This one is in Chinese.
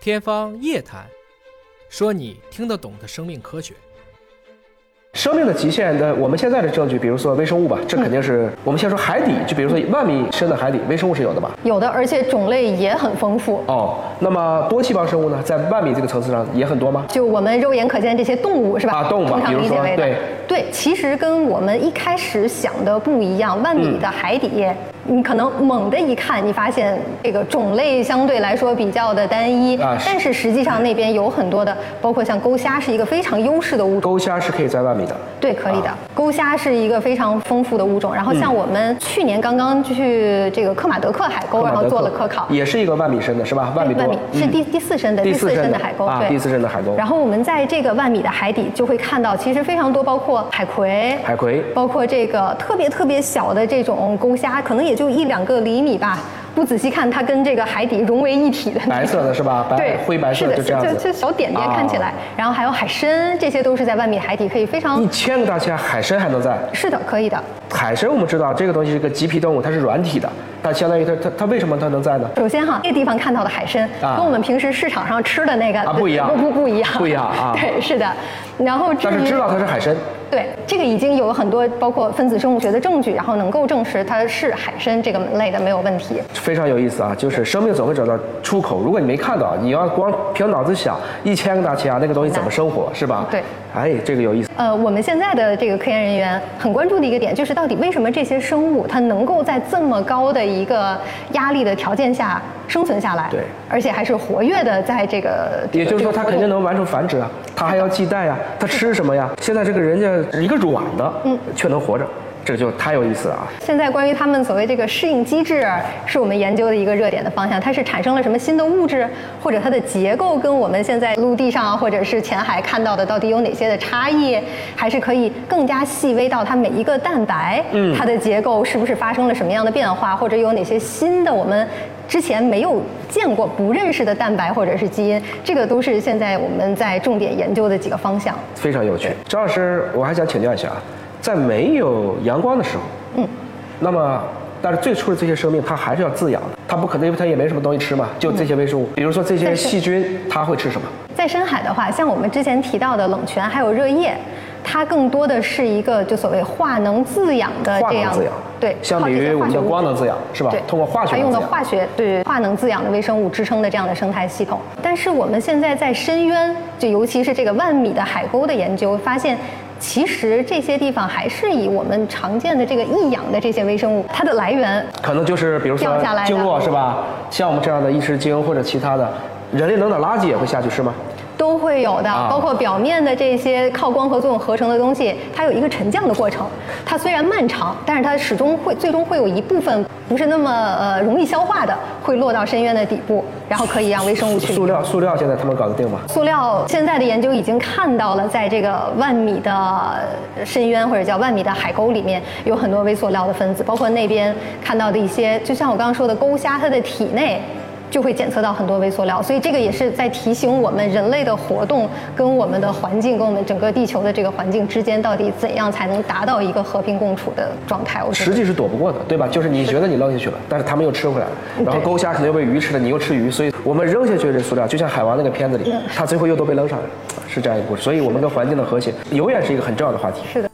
天方夜谭，说你听得懂的生命科学。生命的极限的，我们现在的证据，比如说微生物吧，这肯定嗯是、我们先说海底，就比如说万米深的海底，微生物是有的吧？有的，而且种类也很丰富。哦，那么多细胞生物呢，在万米这个层次上也很多吗？就我们肉眼可见这些动物是吧？啊动物吧通常比如理说解为的对对，其实跟我们一开始想的不一样。万米的嗯海底，你可能猛地一看，你发现这个种类相对来说比较的单一，啊是但是实际上那边有很多的，包括像钩虾是一个非常优势的物种。钩虾是可以在万米的。对，可以啊的。钩虾是一个非常丰富的物种，然后嗯像我们去年刚刚去这个克马德克海沟，然后做了科考，也是一个万米深的，是吧？万米多，嗯万米是第第四深的第第四四深深的的海沟，啊对，第四深的海沟然后我们在这个万米的海底就会看到，其实非常多，包括海葵，海葵包括这个特别特别小的这种钩虾，可能也就一两个厘米吧。不仔细看，它跟这个海底融为一体 的那种白色的是吧白对，灰白色的是就这样子就就小点点看起来。啊然后还有海参，这些都是在万米海底可以非常一千个大气压，海参还能在。是的，可以的。海参我们知道这个东西是个棘皮动物，它是软体的，它相当于它它它为什么它能在呢？首先哈，这个地方看到的海参、啊跟我们平时市场上吃的那个、啊不一样不不不一样，不一样啊 对，是的。然后至但是于知道它是海参，对，这个已经有很多包括分子生物学的证据，然后能够证实它是海参这个门类的没有问题。非常有意思啊！就是生命总会找到出口。如果你没看到，你要光凭脑子想一千个大气压，那个东西怎么生活是吧？对。哎，这个有意思。呃，我们现在的这个科研人员很关注的一个点，就是到底为什么这些生物它能够在这么高的一个压力的条件下生存下来，对而且还是活跃的在这个，也就是说，这它个活肯定动能完成繁殖啊，它还要系带啊，它吃什么呀？现在这个人家一个软的，嗯，却能活着，这就太有意思了啊！现在关于他们所谓这个适应机制，是我们研究的一个热点的方向。它是产生了什么新的物质，或者它的结构跟我们现在陆地上啊或者是浅海看到的到底有哪些的差异，还是可以更加细微到它每一个蛋白，嗯，它的结构是不是发生了什么样的变化，或者有哪些新的我们。之前没有见过、不认识的蛋白或者是基因，这个都是现在我们在重点研究的几个方向。非常有趣。张老师，我还想请教一下啊，在没有阳光的时候，嗯，那么但是最初的这些生命，它还是要自养的，它不可能，因为它也没什么东西吃嘛，就这些微生物，比如说这些嗯但是细菌，它会吃什么？在深海的话，像我们之前提到的冷泉还有热液，它更多的是一个就所谓化能滋养的化呃这能样滋养，对，相靠比这些于化我们学的物质光能滋养，是吧？对，通过化学它能用滋的养。化学对化能滋养的微生物支撑的这样的生态系统。但是我们现在在深渊，就尤其是这个万米的海沟的研究，发现其实这些地方还是以我们常见的这个异氧的这些微生物，它的来源可能就是比如说掉下来的经络是吧？像我们这样的异食精或者其他的，人类扔的垃圾也会下去是吗？都会有的啊，包括表面的这些靠光合作用合成的东西，它有一个沉降的过程。它虽然漫长，但是它始终会最终会有一部分不是那么呃容易消化的，会落到深渊的底部，然后可以让微生物去。塑料塑料现在他们搞得定吗？塑料现在的研究已经看到了，在这个万米的深渊或者叫万米的海沟里面，有很多微塑料的分子，包括那边看到的一些，就像我刚刚说的钩虾，它的体内。就会检测到很多微塑料，所以这个也是在提醒我们人类的活动跟我们的环境、跟我们整个地球的这个环境之间，到底怎样才能达到一个和平共处的状态。我觉实得际是躲不过的，对吧？就是你觉得你扔下去了，但是他们又吃回来了。然后对钩虾肯定被鱼吃了，你又吃鱼，所以我们扔下去的这塑料，就像海王那个嗯片子里，它最后又都被扔上来了，是这样一个故事。所以我们跟环境的和谐永远是一个很重要的话题。是的。